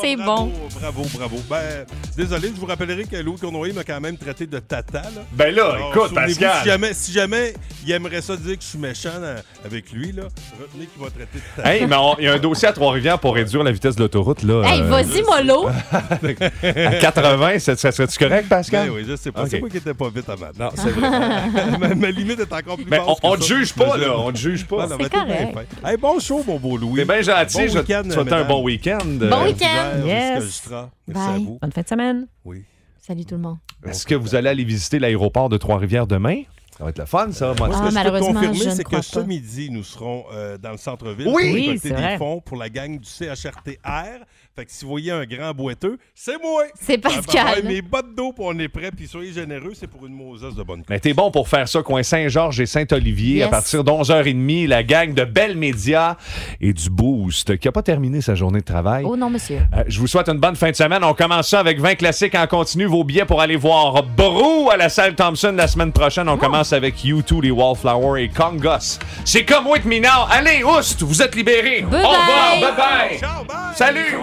S5: C'est bon.
S6: Oh, bravo, bravo. Ben, désolé, je vous rappellerai que Louis Cournoyer m'a quand même traité de tata. Là.
S11: Ben là, écoute,
S6: souvenez-vous,
S11: Pascal.
S6: Si jamais, si jamais il aimerait ça dire que je suis méchant euh, avec lui, là, retenez qu'il va traiter de tata.
S11: Hey, mais on- il y a un dossier à Trois-Rivières pour réduire la vitesse de l'autoroute, là.
S5: Hey,
S11: euh,
S5: vas-y, mollo.
S11: À 80, ça, ça serait-tu correct, Pascal?
S6: Ben oui, je sais pas.
S11: Ok.
S6: C'est moi qui étais pas vite à maths.
S11: Non, c'est vrai.
S6: [LAUGHS] ma, ma limite est encore plus
S11: Mais
S6: basse.
S11: on-
S6: que
S11: Ben, on
S6: ça.
S11: te juge pas, là, on te juge pas.
S6: Ah, non,
S11: C'est
S6: mais t'es bien
S11: correct.
S6: fin. Hey, bon show, mon beau Louis.
S11: T'es bien gentil,
S6: Bon
S11: je-
S6: week-end, Ben,
S11: je souhaite un
S6: mesdames.
S11: bon week-end. Bon
S6: Hiver
S5: week-end.
S6: jusqu'à
S5: Yes.
S6: Justra. Merci à
S5: Bye.
S6: vous.
S7: Bonne fin de semaine.
S6: Oui.
S5: Salut tout le monde.
S11: Est-ce que vous allez aller visiter l'aéroport de Trois-Rivières demain? Ça va être le fun, ça. moi.
S6: Moi, ce que je peux te confirmer, c'est que
S5: crois
S6: ce
S5: pas.
S6: midi, nous serons euh, dans le centre-ville
S11: Oui!
S6: pour
S11: Oui,
S6: récolter
S11: c'est
S6: des
S11: vrai.
S6: fonds pour la gang du CHRTR. Fait que si vous voyez un grand boiteux, c'est moi!
S5: C'est Pascal.
S6: Ah ben ouais, mes bottes d'eau, puis on est prêt, puis soyez généreux, c'est pour une Moses de bonne
S11: Mais t'es bon pour faire ça, coin Saint-Georges et Saint-Olivier,
S6: Yes.
S11: à partir d'11h30, la gang de Belle Média et du Boost, qui n'a pas terminé sa journée de travail.
S5: Oh non, monsieur.
S11: Euh, je vous souhaite une bonne fin de semaine. On commence ça avec 20 classiques en continu. Vos billets pour aller voir Brou à la salle Thompson la semaine prochaine.
S5: Oh.
S11: On commence avec U2, les Wallflower et Congos. C'est comme with me now. Allez, oust, vous êtes libérés.
S1: Bye
S11: Au revoir,
S1: bye.
S11: bye-bye. Salut.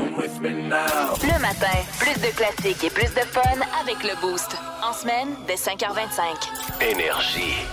S4: Le matin, plus de classiques et plus de fun avec le Boost. En semaine, dès 5h25.
S2: Énergie.